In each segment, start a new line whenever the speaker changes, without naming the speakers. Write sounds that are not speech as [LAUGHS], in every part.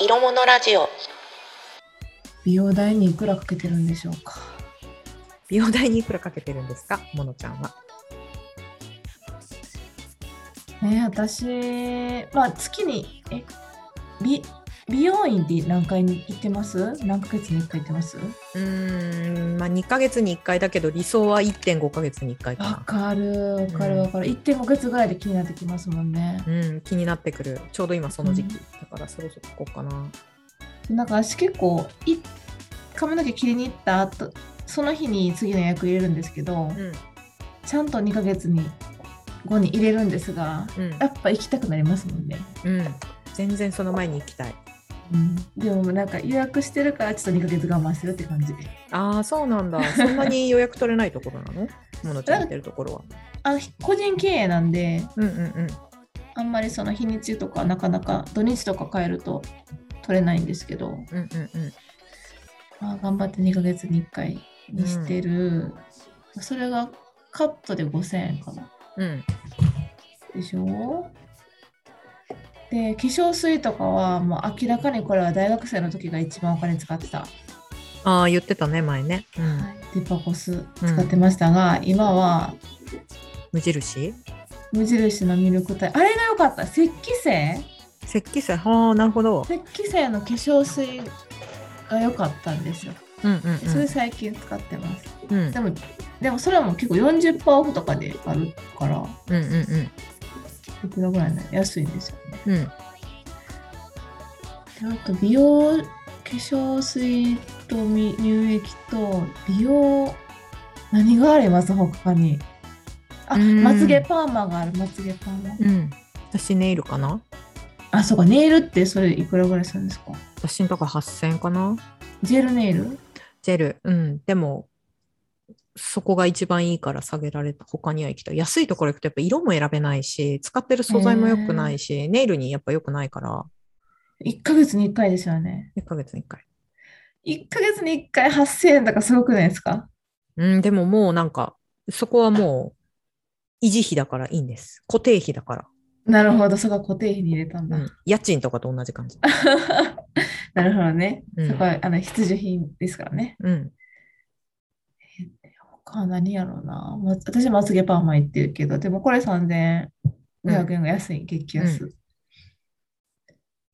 色物ラジオ
美容代にいくらかけてるんでしょうか
美容代にいくらかけてるんですか、ものちゃんは。
ね私まあ月にえ美美容院って何回に行ってます何ヶ月に1回行ってます
うーん、まあ、2ヶ月に1回だけど、理想は1.5ヶ月に1回か
わ
な。
かるわかるわかる、1.5ヶ月ぐらいで気になってきますもんね
うん、気になってくる。ちょうど今その時期。
うん
だからそろそろ行こうかな。
なんか私結構い髪の毛切りに行った後その日に次の予約入れるんですけど、
うん、
ちゃんと2ヶ月に後に入れるんですが
うん
や、っぱ行きたくなりますもんね、
うん。全然その前に行きたい。
うん、でもなんか予約してるからちょっと2ヶ月我慢してるって感じ
ああ、そうなんだ。そんなに予約取れないところな [LAUGHS] のものちゃん行ってるところは。
あひ個人経営なんで
うんうんうん。
あんまりその日にちとかなかなか土日とか変えると取れないんですけど、
うんうんうん。
まあ、頑張って2ヶ月に1回にしてる、それがカットで5000円かな
うん、
でしょで化粧水とかはもう明らかにこれは大学生の時が一番お金使ってた、
ああ、言ってたね、前ね。うん、
デパコス使ってましたが、今は
無印
無印のミルク体あれが良かった石器製
石器製はあ、なるほど。
石器製の化粧水が良かったんですよ
うんうん、うん。
それ最近使ってます。
うんうん
でも、でもそれも結構40%オフとかであるから、
うんうん
いくらぐらいなの安いんですよね。
うん。
であと、美容、化粧水とみ乳液と、美容、何があります他に。あ、
うん
まつげパーマがある、まつげパーマ。
うん。私ネイルかな
あ、そうか、ネイルってそれいくらぐらいするんですか
私のとこ8000円かな
ジェルネイル
ジェル。うん。でも、そこが一番いいから下げられた。他には行きたい。安いところ行くとやっぱ色も選べないし、使ってる素材も良くないし、ネイルにやっぱ良くないから、
?1 ヶ月に1回ですよね。
1ヶ月に1回。
1ヶ月に1回8000円だからすごくないですか
うん、でももうなんか、そこはもう、維持費だからいいんです。固定費だから。
なるほど、そこは固定費に入れたん
う
だ。
ん。家賃とかと同じ感じ。
[LAUGHS] なるほどね。
うん
そこはあの必需品ですからね。
うん。
他は何やろうな。ま私、まつげパーマ行ってるけど、でもこれ3500円が安い、激安。
う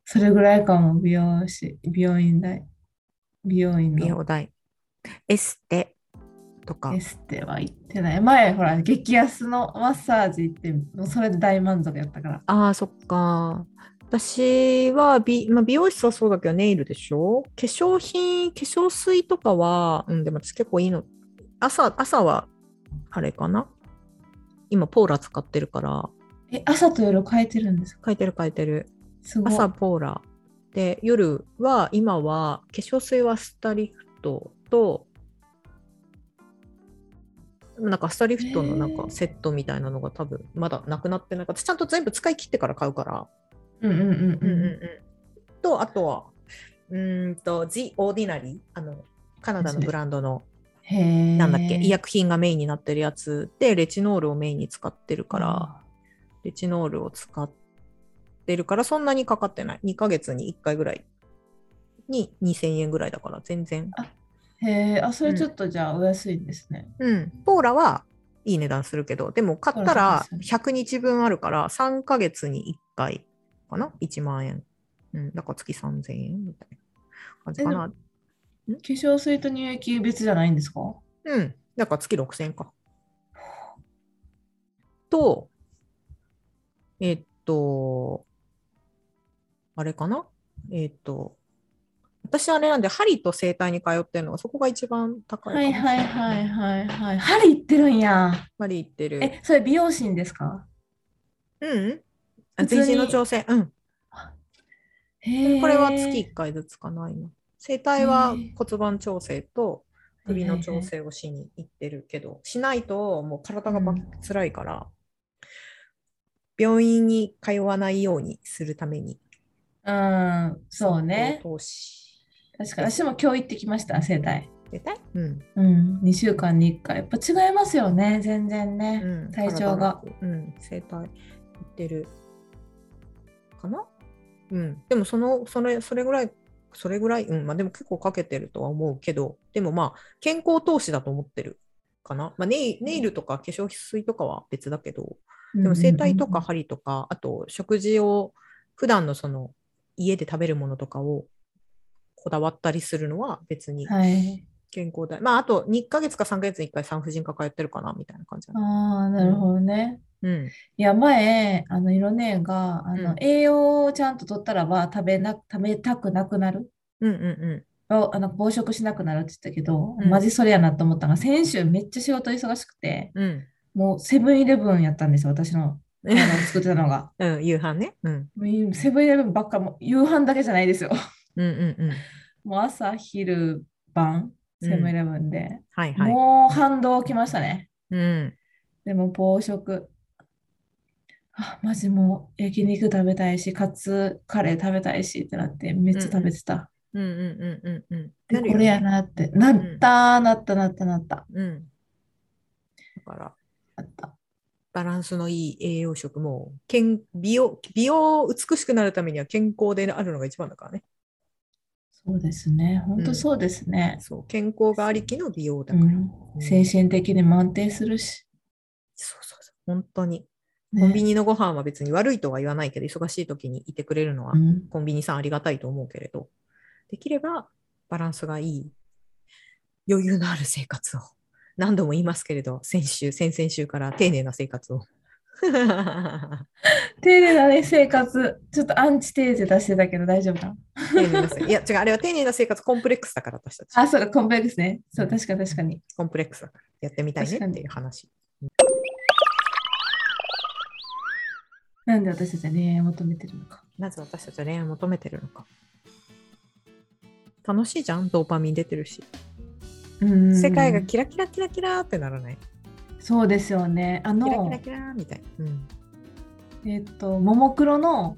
それぐらいかも、美容師、美容院代。美容院
美
の
容代。エステとか
エ。ステは行ってない。前、ほら、激安のマッサージ行って、もうそれで大満足やったから。
ああ、そっか。私は美、まあ、美容室はそうだけど、ネイルでしょ化粧品、化粧水とかは、うん、でも私結構いいの。朝、朝は、あれかな今、ポーラ使ってるから、
え、朝と夜変えてるんですか
変えてる変えてる。
すごい。
朝、ポーラ。で、夜は、今は、化粧水はスタリフトと、なんかスタリフトのなん
へ
か
ー
セットみたいなのが多分まだなくなってないから私ちゃんと全部使い切ってから買うから
うんうんうん
うんうん
う
うん、とあとはうーんと The Ordinary あのカナダのブランドの
ん。へえ。
なんだっけ医薬品がメインになってるやつでレチノールをメインに使ってるから、レチノールを使ってるからそんなにかかってない2ヶ月に1回ぐらいに2000円ぐらいだから全然
へえ、あ、それ
うん
ちょっとじゃあお安いんですね。
うんポーラはいい値段するけどでも買ったら
そうです
100日分あるから3ヶ月に1回かな1万円、うん、だから月3000円みたいな感じか
えでも
な
化粧水と乳液別じゃないんですか
うん。だから月6000円か。と、えっと、あれかなえっと、私あれなんで、針と整体に通ってるのが、そこが一番高いか
は
も。
いはいはいはいはい。針行ってるんや。
針行ってる。
え、それ美容師ですか
うんあ
普通に
全身の調整。うん。
へえ。
これは月1回ずつかな、今。整体は骨盤調整と首の調整をしに行ってるけど、しないともう体がば
うん
辛いから、病院に通わないようにするために、
うん、そうね。
投資。
確かに。私も今日行ってきました、整体。
整体うん。
うん、2週間に1回。やっぱ違いますよね、全然
う
ね。
ん
体調が。
体のうん、整体行ってるかなうん、でもそのそれそれぐらいそれぐらい、うんまあ、でも結構かけてるとは思うけどでもまあ健康投資だと思ってるかな、まあ、ネイネイルとか化粧水とかは別だけどでも整体とか針とかあと食事を普段のその家で食べるものとかをこだわったりするのは別に
はい
健康だ、まああと2ヶ月か3ヶ月に1回産婦人科通ってるかなみたいな感じだね
ああなるほどね
うん
いや前あの色姉があの、
うん
栄養をちゃんと取ったらば食べな食べたくなくなる
うんうん
ああの暴食しなくなるって言ったけど、
うん
マジそれやなと思ったのが先週めっちゃ仕事忙しくて
うんうん
もうセブンイレブンやったんですよ私のあ
[LAUGHS]
の作ってたのが
うん夕飯ねうん
もうセブンイレブンばっかもう夕飯だけじゃないですよ
うんうんうん
もう朝昼晩
うん
セブンイレブンで、
はいはい
もう反動きましたね
うん
でも暴食あマジもう焼肉食べたいしカツカレー食べたいしってなってめっちゃ食べてた、
うんうんうんうんうん
で
なるよ
これや
ね
なってなったなったなったなった
うんだから
なった
バランスのいい栄養食も健美容美容美しくなるためには健康であるのが一番だからね
そうですね本
う
当
ん
そうですね、
そう健康がありきの美容だ
う
か
ん
ら、
精神的にも安定するし、
そうそうそう本当に
ね
コンビニのご飯は別に悪いとは言わないけど忙しい時にいてくれるのは
うん
コンビニさんありがたいと思うけれどできればバランスがいい余裕のある生活を何度も言いますけれど先週先々週から丁寧な生活を [LAUGHS]
丁寧な、ね、生活ちょっとアンチテーゼ出してたけど大丈夫かな
丁寧な生いや違うあれは丁寧な生活コンプレックスだから私たち
あそうかコンプレックスねそう確か確かに
コンプレックスだからやってみたいねっていう話
なんで私たちは恋愛を求めてるのか
なぜ私たちは恋愛を求めてるのか楽しいじゃんドーパミン出てるし
うん
世界がキラキラキラキラってならない
そうですよねあ
キラキ
の
ラキラーみたいな、うん、
えっ、とももクロの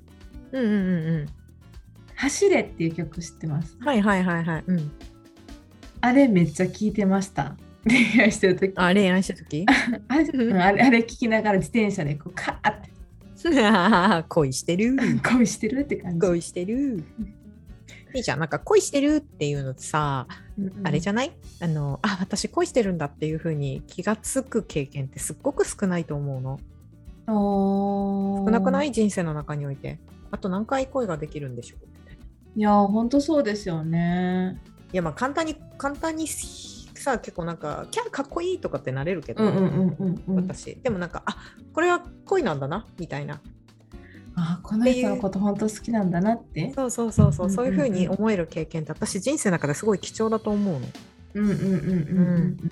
うんうんうん
「走れ」っていう曲知ってます
うんはいはいはいはい、うん、
あれめっちゃ聴いてました [LAUGHS] 恋愛してる時
あ恋愛した時
[LAUGHS] あれ,うん、あれあれ聞きながら自転車でこうカーって
恋し
[LAUGHS]
てる
恋してるって感じ、
恋してるいいじゃんなんか恋してるっていうのってさ、あれじ
ゃ
ゃないあのあ私恋してるんだっていうふうに気がつく経験ってすっごく少ないと思うの
お
少なくないい人生の中においてあと何回恋ができるんでしょうみたいない
いやほんとそうですよね
やまあ簡単に簡単にさ結構なんかキャーかっこいいとかってなれるけど、
うんうんうんうんうん
私でもなんかあこれは恋なんだなみたいな
あこの人のことほんと好きなんだなって
そうそうそうそ
う
う、
んうん
そういうふうに思える経験って私人生の中ですごい貴重だと思うの
うんうんうんうんうん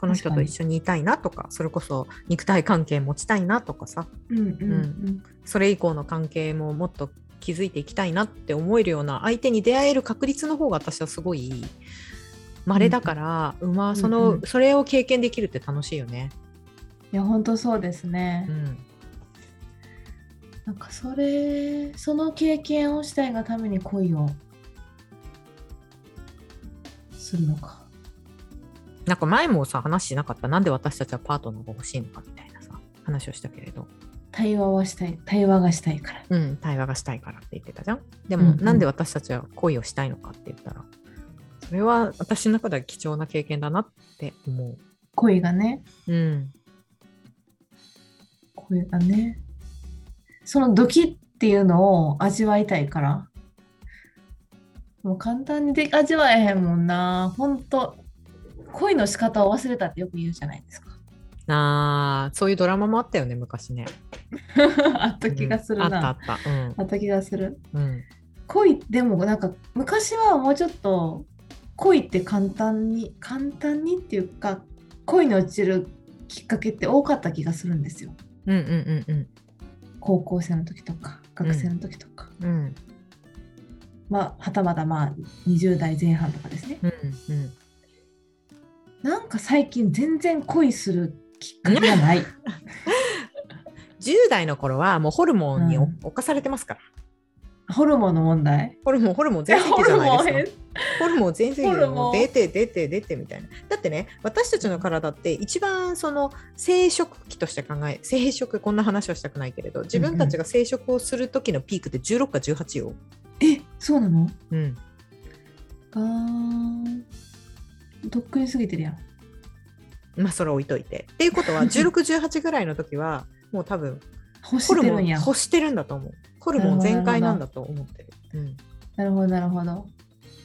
この人と一緒にいたいなとかそれこそ肉体関係持ちたいなとかさ
うんうんうん
それ以降の関係ももっと築いていきたいなって思えるような相手に出会える確率の方が私はすごい稀だから、うまあそ
う
の、
ん
それを経験できるって楽しいよね。
いやほんとそうですね、
うん
なんかそれその経験をしたいがために恋をするのか。
なんか前もさ話しなかったなんで私たちはパートナーが欲しいのかみたいなさ話をしたけれど、
対話はしたい対話がしたいから。
うん、対話がしたいからって言ってたじゃんでも、
うんうん
なんで私たちは恋をしたいのかって言ったらそれは私の中では貴重な経験だなって思
恋がね
ううん
恋がねそのドキッっていうのを味わいたいからもう簡単にで味わえへんもんなほんと恋の仕方を忘れたってよく言うじゃないですか [LAUGHS]
あーそういうドラマもあったよね昔ね
あった気がするな、
うんあ
あ
ったあったうん
った気がする
うん
恋でもなんか昔はもうちょっと恋って簡単に簡単にっていうか恋に落ちるきっかけって多かった気がするんですよ
うんうんうん
高校生の時とか学生の時とか、
うんうん
まあはたまたまあ20代前半とかですね
うんうん
なんか最近全然恋するきっかけがない
[LAUGHS] 10代の頃はもうホルモンにお
うん
侵されてますから
ホルモンの問題
ホルモン、ホルモン全盛期じゃないですか。ホルモン全盛期で
ホル
も
モ
う
ン
出て出て出てみたいな。だってね、私たちの体って一番その生殖期として考え、生殖、こんな話はしたくないけれど、自分たちが生殖をする時のピークって16か18よ。
えそうなの
うん。
あーとっくに過ぎてるやん。
まあ、それは置いといて。っていうこ
[LAUGHS]
とは、16、18ぐらいの時は、もう多分、
欲し
ホ
て
ルモ
る
ン
んや。
欲してるんだと思う。ホルモン全開なんだと思ってる。うん
なるほどなるほど。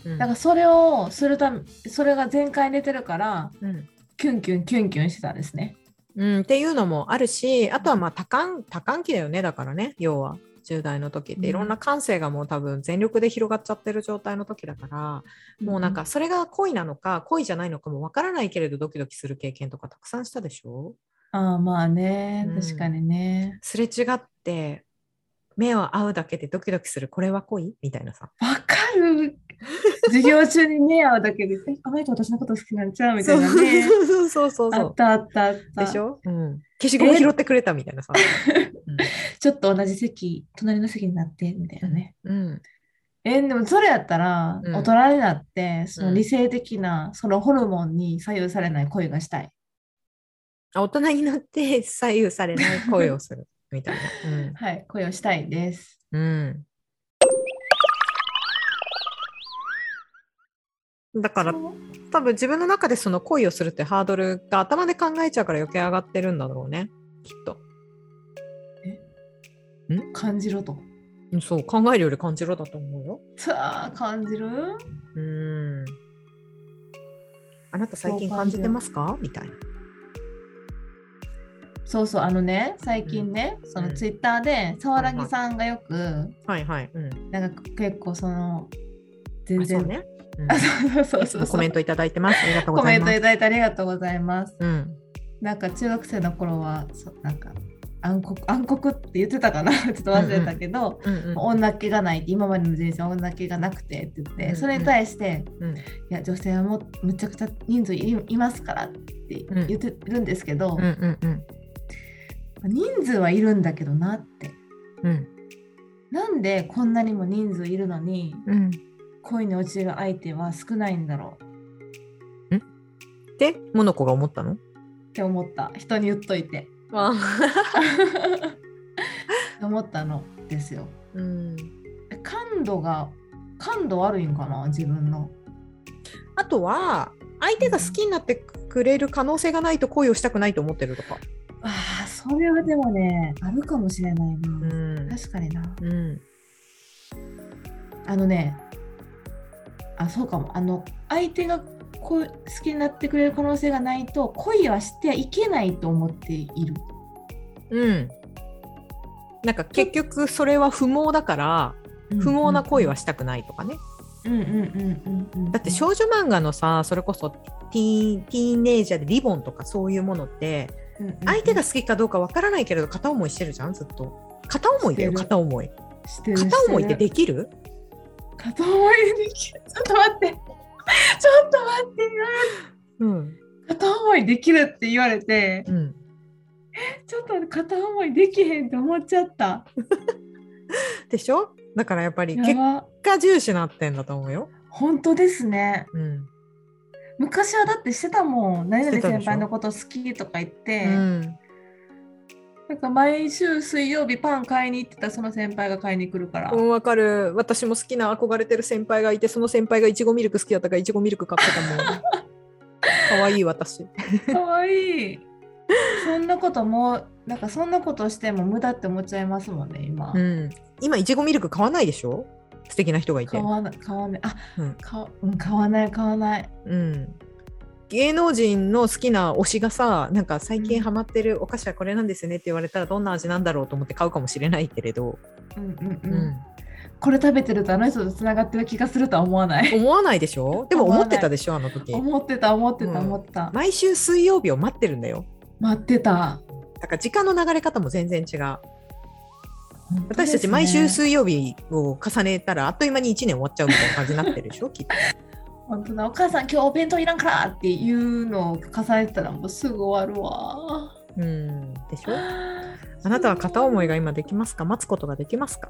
うん
だからそれをするためそれが全開出てるから
うん
キュンキュンキュンキュンしてたんですね。
うん、っていうのもあるしあとはまあ多感多感期だよねだからね要は10代の時っ
うん
ていろんな感性がもう多分全力で広がっちゃってる状態の時だから、もうなんかそれが恋なのか恋じゃないのかもわからないけれどドキドキする経験とかたくさんしたでしょ
ああまあね
うん
確かにね。
すれ違って目を合うだけでドキドキするこれは恋みたいなさ
わ、かる授業中に目合うだけで「えあの人私のこと好きになっちゃう」みたいなね。
そうそうそう
あ
そ
っ
う
たあったあった。
でしょ、うん、消しゴム拾ってくれたみたいなさ、
ちょっと同じ席隣の席になってみたいなね。
うん
えーでもそれやったら、
うん
大人になってその
うん
理性的な、そのホルモンに左右されない恋がしたい。
あ大人になって左右されない恋をするみたいな、うん
はい、恋をしたいです。
うん。だから多分自分の中でその恋をするってハードルが頭で考えちゃうから余計上がってるんだろうねきっと
感じろと。
うんそう考えるより感じろだと思うよ
さあ、感じる
うんあなた最近
そう
感
感じ
じ
る
てますかみたいな
そうそう、あのね、最近ね、そのツイッターで、沢良木さんがよく、
はいはい、うん、
なんか結構その、全
あそう
然。
ね、
あ [LAUGHS] そうそうそ
うん
う
コ
そう
メントいただいてますありがとうご
コ
ざ
メ
い
ン
ま
トい
す
ただいてありがとうございます。
うん
なんか中学生の頃は、そなんか暗黒、暗黒って言ってたかな [LAUGHS] ちょっと忘れたけど、
うんうん
女っ気がないって今までの人生女っ気がなくてって言って、
うんうん
それに対して、
う
い
ん
や女性はもうむちゃくちゃ人数いいますからって
うん
言ってるんですけど、
うんうんうん
人数はいるんだけどなって
うん
なんでこんなにも人数いるのに
うん
恋に落ちる相手は少ないんだろう
でモノコが思ったの
って思った人に言っといて
まあ、
思ったのですよ。
うん
感度が感度悪いんかな自分の。
あとは相手が好きになってくれる可能性がないと恋をしたくないと思ってるとか。
ああそれはでもねあるかもしれないな。
ん
確かにな。
うん
あのね、あ、そうかも。あの、相手がこう好きになってくれる可能性がないと、恋はしていけないと思っている。
うん、なんか結局それは不毛だから不毛な恋はしたくないとかね。
うんうんうんうんうん。
だって少女漫画のさそれこそティーンティーンネイジャーでリボンとかそういうものって
うんうんうん
相手が好きかどうかわからないけれど片思いしてるじゃんずっと。片思いだよ
してる
片思い。
してる
片思いって
してる
できる
片思いできる。ちょっと待って。ちょっと待って。
うん
片思いできるって言われて、
うん
ちょっと待って片思いできへんって思っちゃった。
でしょだからやっぱり
や
結
ば。
果重視なってんだと思うよ。
本当ですね。
うん
昔はだってしてたもん。何
して
々
たでしょ
先輩のこと好きとか言って。
うん
なんか毎週水曜日パン買いに行ってたその先輩が買いに来るから、
うん、わかる。私も好きな憧れてる先輩がいて、その先輩がいちごミルク好きだったから、いちごミルク買ってたもん。 [LAUGHS] かわいい私。
かわいいそんなこともなんかそんなことしても無駄って思っちゃいますもんね今、
うん。今、いちごミルク買わないでしょ素敵な人がい
買
て。
わな買わないあ、
うん
かうん、買わない買わない
うん。芸能人の好きな推しがさ、なんか最近ハマってるお菓子はこれなんですよねって言われたら、どんな味なんだろうと思って買うかもしれないけれど、
うんうんう、
うん
これ食べてるとあの人とつながってる気がするとは思わない
思わないでしょでも
思わ
思
ない
ってたでしょあの時。
思ってた思って
うん
た思ってた、
毎週水曜日を待ってるんだよ。
待ってた
だから時間の流れ方も全然違う。
本当です
私
ね
たち毎週水曜日を重ねたらあっという間に1年終わっちゃうみたいな感じになってるでし [LAUGHS] ょきっと。
本当だお母さん今日お弁当いらんからっていうのを重ねてたらもうすぐ終わるわ
うんでしょあ
あ
なたは片思いが今できますか待つことができますか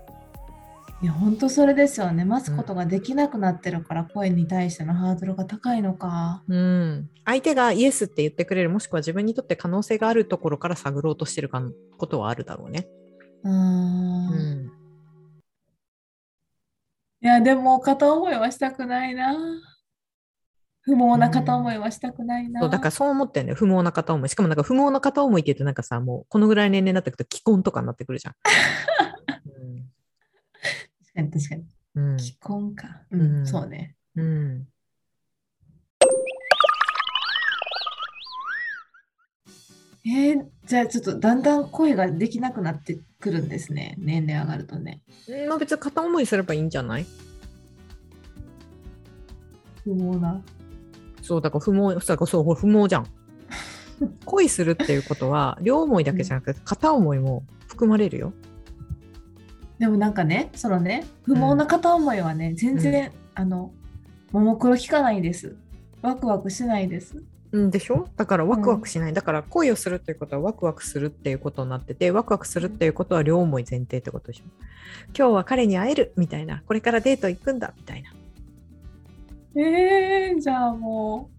いや本当それですよね待つことができなくなってるから、声に対してのハードルが高いのか
うん、相手がイエスって言ってくれるもしくは自分にとって可能性があるところから探ろうとしてるかことはあるだろうね。
うー
うん
い
ん、
やでも片思いはしたくないな不毛な片思いはしたくないな、
そうだからそう思ってんだよ不毛な片思いしかもなんか不毛な片思いって言うとなんかさもうこのぐらいの年齢になってくると既婚とかになってく [LAUGHS] るじゃん。
確かに確かに
うん
既婚か、う
うんん
そうね
うんうん
えーじゃあちょっとだんだん声ができなくなってくるんですね年齢上がるとね
まあ別に片思いすればいいんじゃない
不毛な
そうだから不毛そうだからそうほら不毛 [LAUGHS] じゃん恋するっていうことは [LAUGHS] 両思いだけじゃなくて片思いも含まれるよ
でもなんかねそのね不毛な片思いはね、全然、あのももクロ聞かないですワクワクしないです
うんでしょだからワクワクしない、だから恋をするっていうことはワクワクするっていうことになっててワクワクするっていうことは両思い前提ってことでしょ今日は彼に会えるみたいなこれからデート行くんだみたいな
えー、じゃあも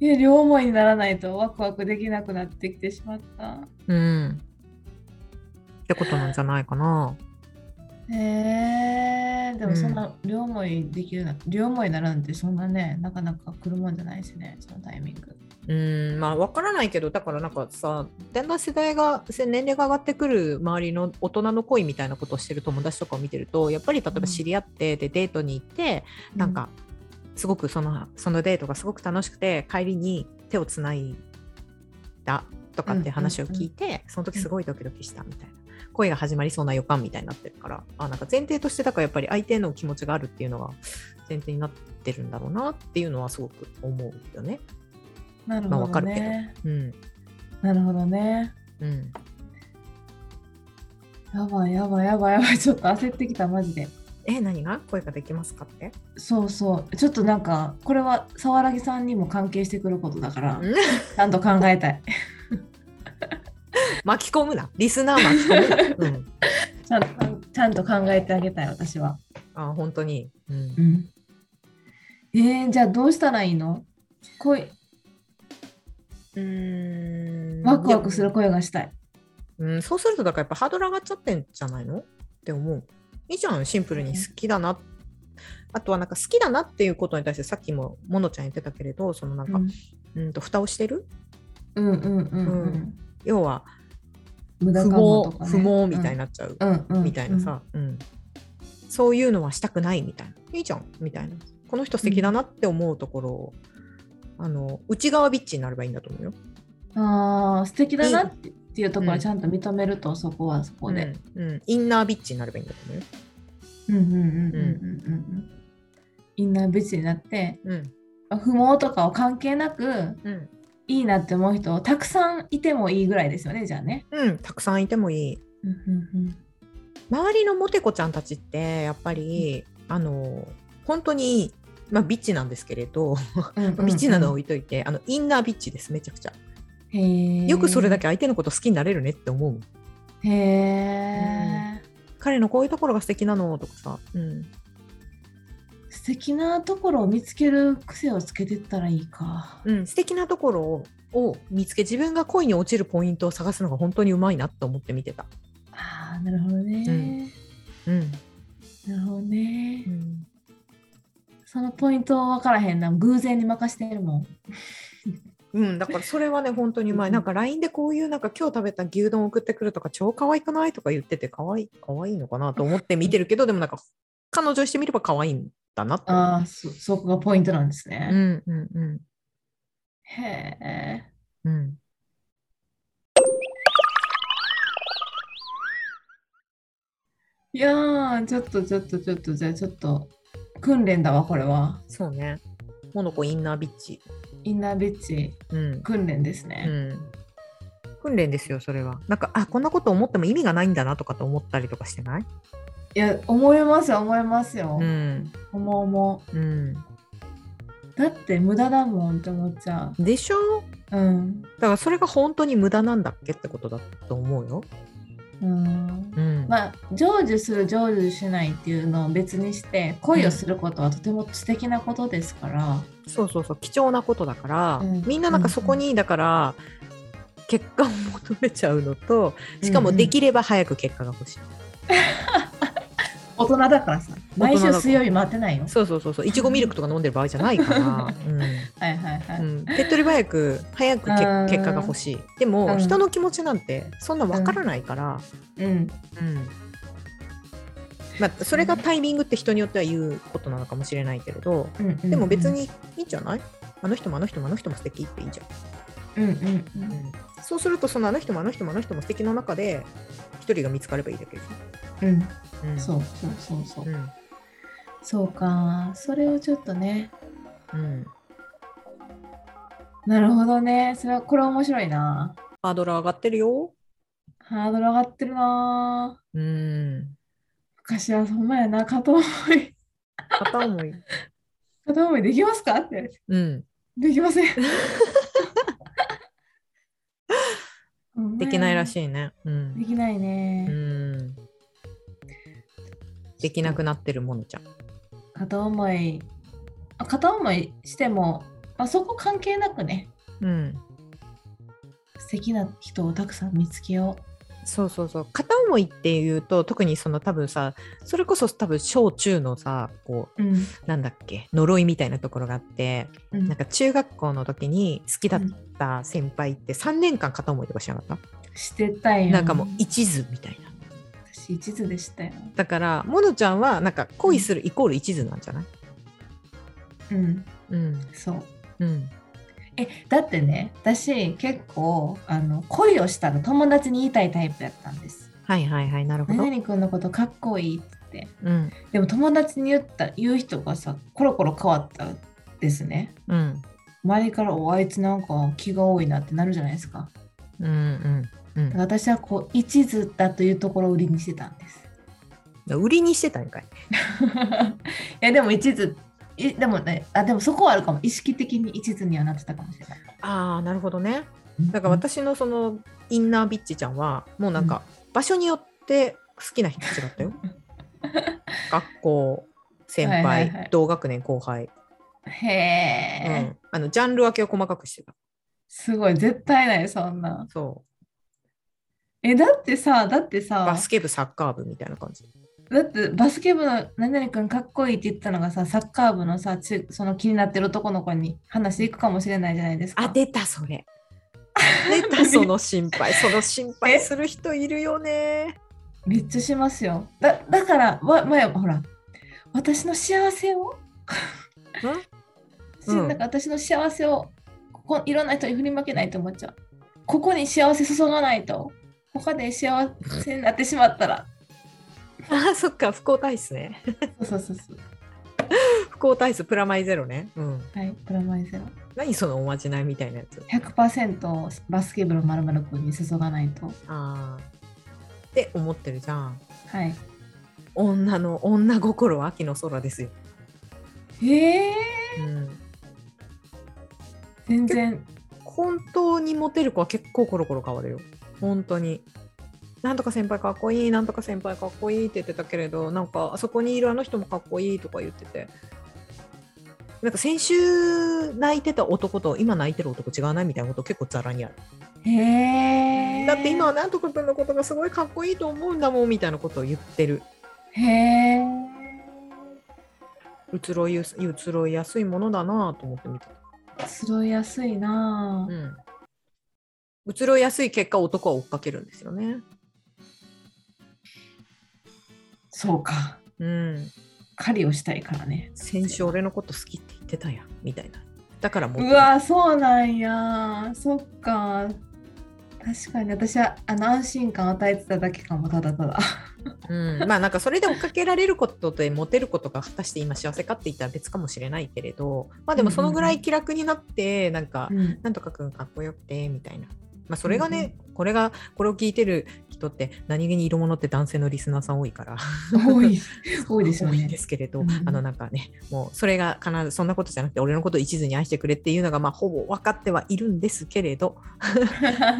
ういや両思いにならないとワクワクできなくなってきてしまった
うんってことなんじゃないかな
えー、でもそんな両思いできるな、両思いにならなんてそんなねなかなか来るもんじゃないしねそのタイミング
うんまあ分からないけどだからなんかさだんだん世代がせ年齢が上がってくる周りの大人の恋みたいなことをしてる友達とかを見てるとやっぱり例えば知り合ってでデートに行って、なんかすごくそのそのデートがすごく楽しくて帰りに手をつないだとかっていう話を聞いて、その時すごいドキドキしたみたいな恋が始まりそうな予感みたいになってるからあなんか前提としてだからやっぱり相手の気持ちがあるっていうのが前提になってるんだろうなっていうのはすごく思うよね。
なる
まあ
ほ
わか
ど
るけど
ね、
うん
なるほどね
うん
やばいやばいやばいやばいちょ [LAUGHS] っと焦ってきたマジで
え何が声ができますかって
そうそうちょっとなんかこれは沢良さんにも関係してくることだから
[LAUGHS]
ちゃんと考えたい [LAUGHS]
巻き込むなリスナー巻き
[LAUGHS]
込むな、うん、
ちゃんとちゃんと考えてあげたい私は
あ本当に、うん
うんえー、じゃあどうしたらいいの恋
うん
ワクワクする声がしたい
うん、そうするとだからやっぱハードル上がっちゃってんじゃないのって思う。いいじゃんシンプルに好きだな、あとはなんか好きだなっていうことに対してさっきもモノちゃん言ってたけれどそのなん
う
か、
ん
うん、と蓋をしてる
うんうんうんう
うん要は
無
不
駄かも
毛、
とか、ね、
不毛みたいになっちゃう、
うん、うんうん
みたいなさ、うんそういうのはしたくないみたいないいじゃんみたいなこの人素敵だなって思うところを、あの内側ビッチになればいいんだと思うよ。
あー素敵だなっていうところはちゃんと認めると、そこはそこで、
うんうん、インナービッチになればいいんだと思うよ。
うんうんうんうんうんうんインナービッチになって
うん
不毛とかを関係なく
うん
いいなって思う人たくさんいてもいいぐらいですよねじゃあね。
うん、たくさんいてもいい。周りのモテ子ちゃんたちってやっぱり、あの本当に、まあ、ビッチなんですけれど、ビッチなのは置いといてあのインナービッチですめちゃくちゃよ
よ
くそれだ
け。
け相手のこと好きになれるねって思うもん
へえ、
彼のこういうところが素敵なのとかさ、うん、
素敵なところを見つける癖をつけてったらいいか。
うん、素敵なところをを見つけ自分が恋に落ちるポイントを探すのが本当にうまいなって思って見てた、
ああなるほどね。
うん
なるほどね
う。ん、
そのポイント分からへんな偶然に任してるもん。
うん、だからそれはね本当にうま
う
い
ん
なんか LINE でこういうなんか今日食べた牛丼送ってくるとか超可愛くないとか言ってて可愛い可愛いのかなと思って見てるけどでもなんか彼女にしてみれば可愛いんだなって思う
ああそそこがポイントなんです
う
ね。
んうんうん
へえ。
うん
いやーちょっとちょっとちょっとじゃあちょっと訓練だわこれは。
そうねモノコインナービッチ
インナービッチ
うん、
訓練です
う
ね。
ん、訓練ですよそれはなんかあこんなこと思っても意味がないんだなとかと思ったりとかしてない
いや思いますよ思いますよ、
うん
思う思
うん
うだって無駄だもんって思っちゃ
でしょ
ううん
だからそれが本当に無駄なんだっけってことだと思うよ
うん
うん
まあ成就する成就しないっていうのを別にして恋をすることはとても素敵なことですから、
そうそうそう貴重なことだから、
うん
みんななんかそこにだから、結果を求めちゃうのとしかもできれば早く結果が欲しい、
大人だからさ毎週水曜日待ってないよ
そうそうそうそういちごミルクとか飲んでる場合じゃないから、
はいはいは
う
い、
んうん、手っ取り早く早くけ
うん
結果が欲しいでも、
うん
人の気持ちなんてそんなわからないから、
うん、
うんまあ、それがタイミングって人によっては言うことなのかもしれないけれど
うんうん
でも別にいいんじゃないあの人もあの人もあの人も素敵っていいじゃん
うんうんうん
そうするとそのあの人もあの人もあの人も素敵の中で一人が見つかればいいだけでし
うん、
ょ、うん、
そうそうそうそう、
うん、
そうかそれをちょっとね
うん、
なるほどねそれはこれ面白いな
ハードル上がってるよ
ハードル上がってるな
うん
昔はほんまやな片思い [LAUGHS]
片思い
片思いできますかって言われて
うん
できません
[LAUGHS] できないら
い
しいねう
で
ん、
きないうね、
ん、できなくなってるものちゃん
片思いあ片思いしても、まあ、そこ関係なくね
うん
素敵な人をたくさん見つけよ
そうそうそう片思いっていうと特にその多分さそれこそ多分小中のさこ
う、うん
うなんだっけ呪いみたいなところがあって
うん
なんか中学校の時に好きだった先輩って3年間片思いとかしなかった、
してたいよ
なんかもう一途みたいな
私一途でしたよ、
だからモノちゃんはなんか恋するイコール一途なんじゃない
うん、
うん
そう
うん
えだってね私結構あの恋をしたら友達に言いたいタイプやったんです。
はいはいはいなるほ
何
ど、
々君のことかっこいいって
うん
でも友達に言った言う人がさコロコロ変わったんですね。
うん
周りからおあいつなんか気が多いなってなるじゃないですか。
うんう
だ
ん
から私はこう一途だというところを売りにしてたんです。 [LAUGHS]
売りにしてたんかい
いやでも一途いでもねあでもそこはあるかも意識的に一途にはなってたかもしれない。
ああなるほどねだから私のそのインナービッチちゃんはもうなんか場所によって好きな人違 [LAUGHS] ったよ学校先
は
輩、
いはいはい
同学年後輩、
へ
う
え、
ん、あのジャンル分けを細かくしてた
すごい絶対ないそんな。
そう
えだってさだってさ
バスケ部サッカー部みたいな感じ。
だってバスケ部の何々君かっこいいって言ったのがさサッカー部のさちその気になってる男の子に話していくかもしれないじゃないですか。
あ出たそれ。 [LAUGHS] 出たその心配 [LAUGHS] その心配する人いるよね。
めっちゃしますよ。だだからわ前ほら私の幸せを、私
うん
なんか私の幸せをここいろんな人に振りまけないと思っちゃう。ここに幸せ注がないと他で幸せになってしまったら。
あそっか不幸体質ね。
そうそうそうそう。
不幸体質プラマイゼロね。うん。
はい、プラマイゼロ。
何そのおまじないみたいなやつ。
100%バスケ部のまる君に注がないと。
ああ。って思ってるじゃん。
はい。
女の女心は秋の空ですよ。
ええ
うん。
全然。
本当にモテる子は結構コロコロ変わるよ。本当に。なんとか先輩かっこいい、なんとか先輩かっこいいって言ってたけれど、なんかあそこにいるあの人もかっこいいとか言ってて、なんか先週泣いてた男と今泣いてる男違わないみたいなこと結構ざらにある。
へえ。
だって今はなんとか君のことがすごいかっこいいと思うんだもんみたいなことを言ってる。
へえ。
うつろいやすうつろいやすいものだなと思って見てた。
拾いやすいな
う
ぁ。
ん。うつろいやすい結果男は追っかけるんですよね。
そうか。
うん。
狩りをしたいからね。
先週俺のこと好きって言ってたやんみたいなだからも
うわそうなんや。そっか。確かに私はあの安心感を与えてただけかもただただ。
うん、まあなんかそれで追っかけられることでモテることが果たして今幸せかって言ったら別かもしれないけれどまあでもそのぐらい気楽になってなんか、
うん、
なんとかくんかっこよくてみたいな。まあそれがね、これがこれを聞いてる人って何気に色物って男性のリスナーさん多いから
多 [LAUGHS] い多いですよ
多いん
ね
で。すけれど、
うん
あのなんかねもうそれが必ずそんなことじゃなくて俺のこと一途に愛してくれっていうのがまあほぼ分かってはいるんですけれど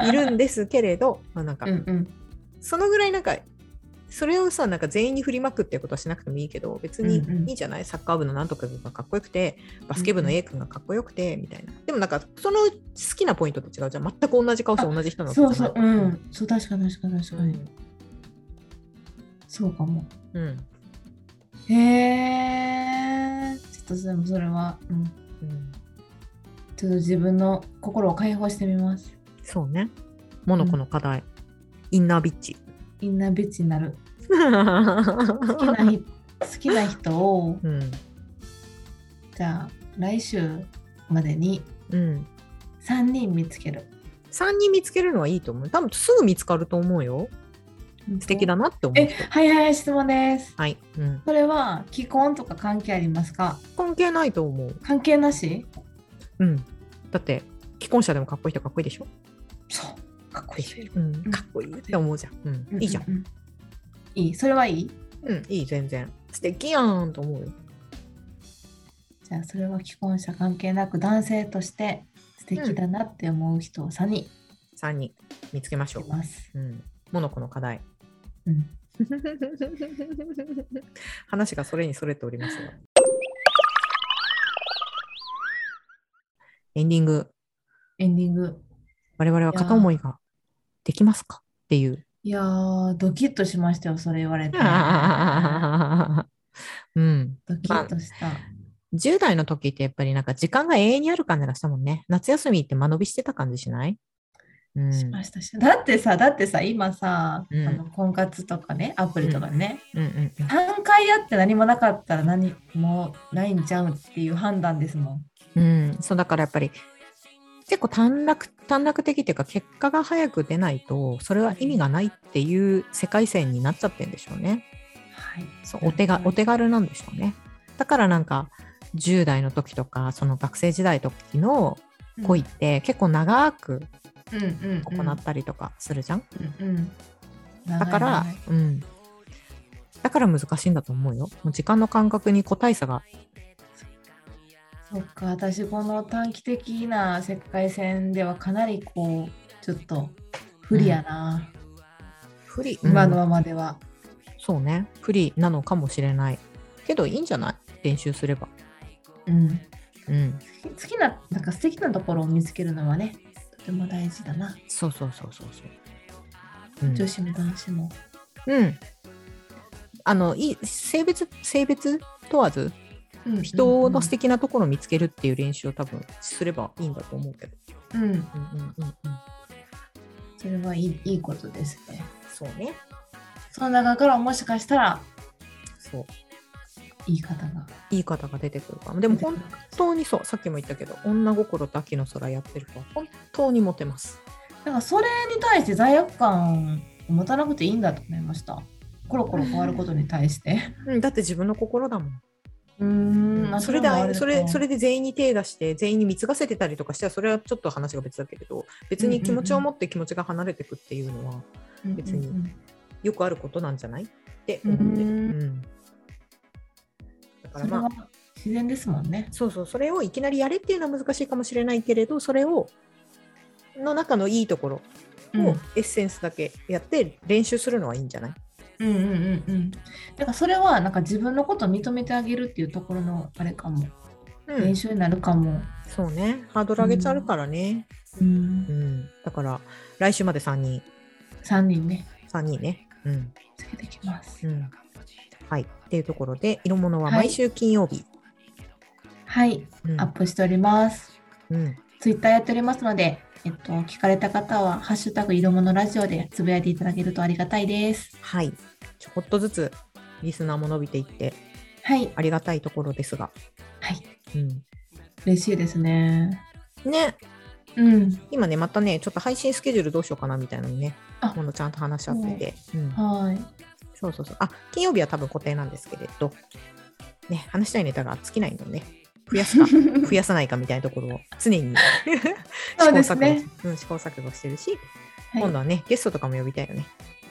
いるんですけれど、まあ、なん
[LAUGHS]
か
うんうん。
そのぐらいなんかそれをさなんか全員に振りまくっていうことはしなくてもいいけど別に
うんうん
いいじゃない、サッカー部のなんとか君がかっこよくてバスケ部の A 君がかっこよくてみたいなでもなんかその好きなポイントと違うじゃん全く同じ顔して同じ人なの
そうそう、うん。そう、確かに確かに確かに。そうかも。
うん
へえ。ちょっとでもそれは、うん。
うん
ちょっと自分の心を解放してみます。
そうねモノコの課題、インナービッチ [LAUGHS]
インナービッチになる。好き
好 [LAUGHS]
な人、好きな人を、
うん
じゃあ、来週までに
うん
3人見つける。
3人見つけるのはいいと思う多分すぐ見つかると思うよ素敵だなって思う
え、はいはい、質問です。
はい、うん、
それは既婚とか関係ありますか
関係ないと思う、
関係なし
うん、だって既婚者でもかっこいい人かっこいいでしょ
そう。かっこいい。
うん、かっこいいって思うじゃん。うんいいじゃん。
ううう。いい。それはいい
うん、いい、全然。素敵やんと思うよ。
じゃあそれは既婚者関係なく男性として素敵だなって思う人を3人
3人見つけましょ
います。
う。うん、モノコの課 [LAUGHS] 題。
うん、
話がそれにそれておりますが。エンディング、
エンディング。
我々は片思いができますかっていう。
いやー、ドキッとしましたよ、それ言われて。
うん、
ドキッとした。
10代の時ってやっぱりなんか時間が永遠にある感じがしたもんね。夏休みって間延びしてた感じしないうん。
しましたしだってさ、だってさ、今さ、
うん
あの婚活とかね、アプリとかね、
うんうんうん
3回やって何もなかったら何もないんちゃうっていう判断ですもん。
うん、そうだからやっぱり結構短絡短絡的っていうか結果が早く出ないとそれは意味がないっていう世界線になっちゃってるんでしょうね
はい。
そうお手がお手軽なんでしょうねだからなんか10代の時とかその学生時代の時の恋って結構長く
うんうんうん
行ったりとかするじゃん、
うんうん
だか
長い
ら
長い、
うん、だから難しいんだと思うよもう時間の感覚に個体差が
そっか、私この短期的な世界線ではかなりこう、ちょっと不利やな、
不利
今のままでは。
そうね不利なのかもしれないけどいいんじゃない練習すれば
うん。
うん
好きな、なんか素敵なところを見つけるのはね、とても大事だな。
そうそうそうそうそう、うん
女子も男子も。
うんあのいい性別性別問わず
うん
人の素敵なところを見つけるっていう練習を多分すればいいんだと思うけど、
うんうん、うん
うんうんうんうん、
それはいいいいことですね。
そうね
その中からもしかしたら、
そう
いい方が。
いい方が出てくるかもでも本当にそうさっきも言ったけど女心と秋の空やってる子は本当にモテます
なんかそれに対して罪悪感を持たなくていいんだと思いました。コロコロ変わることに対して。
うん、だって自分の心だもん。
うーん、
それであそれそ
れ。
れで全員に手出して全員に貢がせてたりとかしたらそれはちょっと話が別だけれど別に気持ちを持って気持ちが離れてくっていうのは別に
うんうんうん
よくあることなんじゃないって思ってる。
うん
うんだ
そ
から
れ
ま
は
あ
自然ですもんね。
そうそうそれをいきなりやれっていうのは難しいかもしれないけれどそれをの中のいいところを
うん、うん
エッセンスだけやって練習するのはいいんじゃない、
うんうんうん。なんかそれはなんか自分のことを認めてあげるっていうところのあれかも、
うん
練習になるかも。
そうねハードル上げちゃうからね、
うん
う、ん、だから来週まで3人
3人ね、
3人ね。うん
つけてきます。
うんはい、っていうところで色物は毎週金曜日、
はい、
うん
アップしております。
うん
ツイッターやっておりますので、えっと、聞かれた方は、ハッシュタグ色物ラジオでつぶやいていただけるとありがたいです。
はい、ちょこっとずつリスナーも伸びていって
はい、
ありがたいところですが、
はい、
うん、
嬉しいですね。
ね
うん、
今ねまたねちょっと配信スケジュールどうしようかなみたいなのね
あ
ものちゃんと話し合ってて、うん
はい。
そうそうそうあ金曜日は多分固定なんですけれど、ね、話したいネタが尽きないので、ね、増や
[LAUGHS]
すか増やさないかみたいなところを常に
そう
試行
です
錯誤、
ね。
うん、試行錯誤してるし、
はい
今度はねゲストとかも呼びたいよね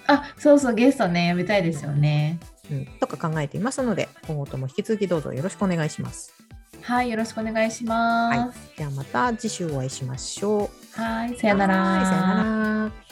あ、そうそう、ゲストね、呼びたいですよね。
うん、とか考えていますので今後とも引き続きどうぞよろしくお願いします。
はい、よろしくお願いします。
ではまた次週お会いしましょう。
はい、さよなら。
はいさよなら。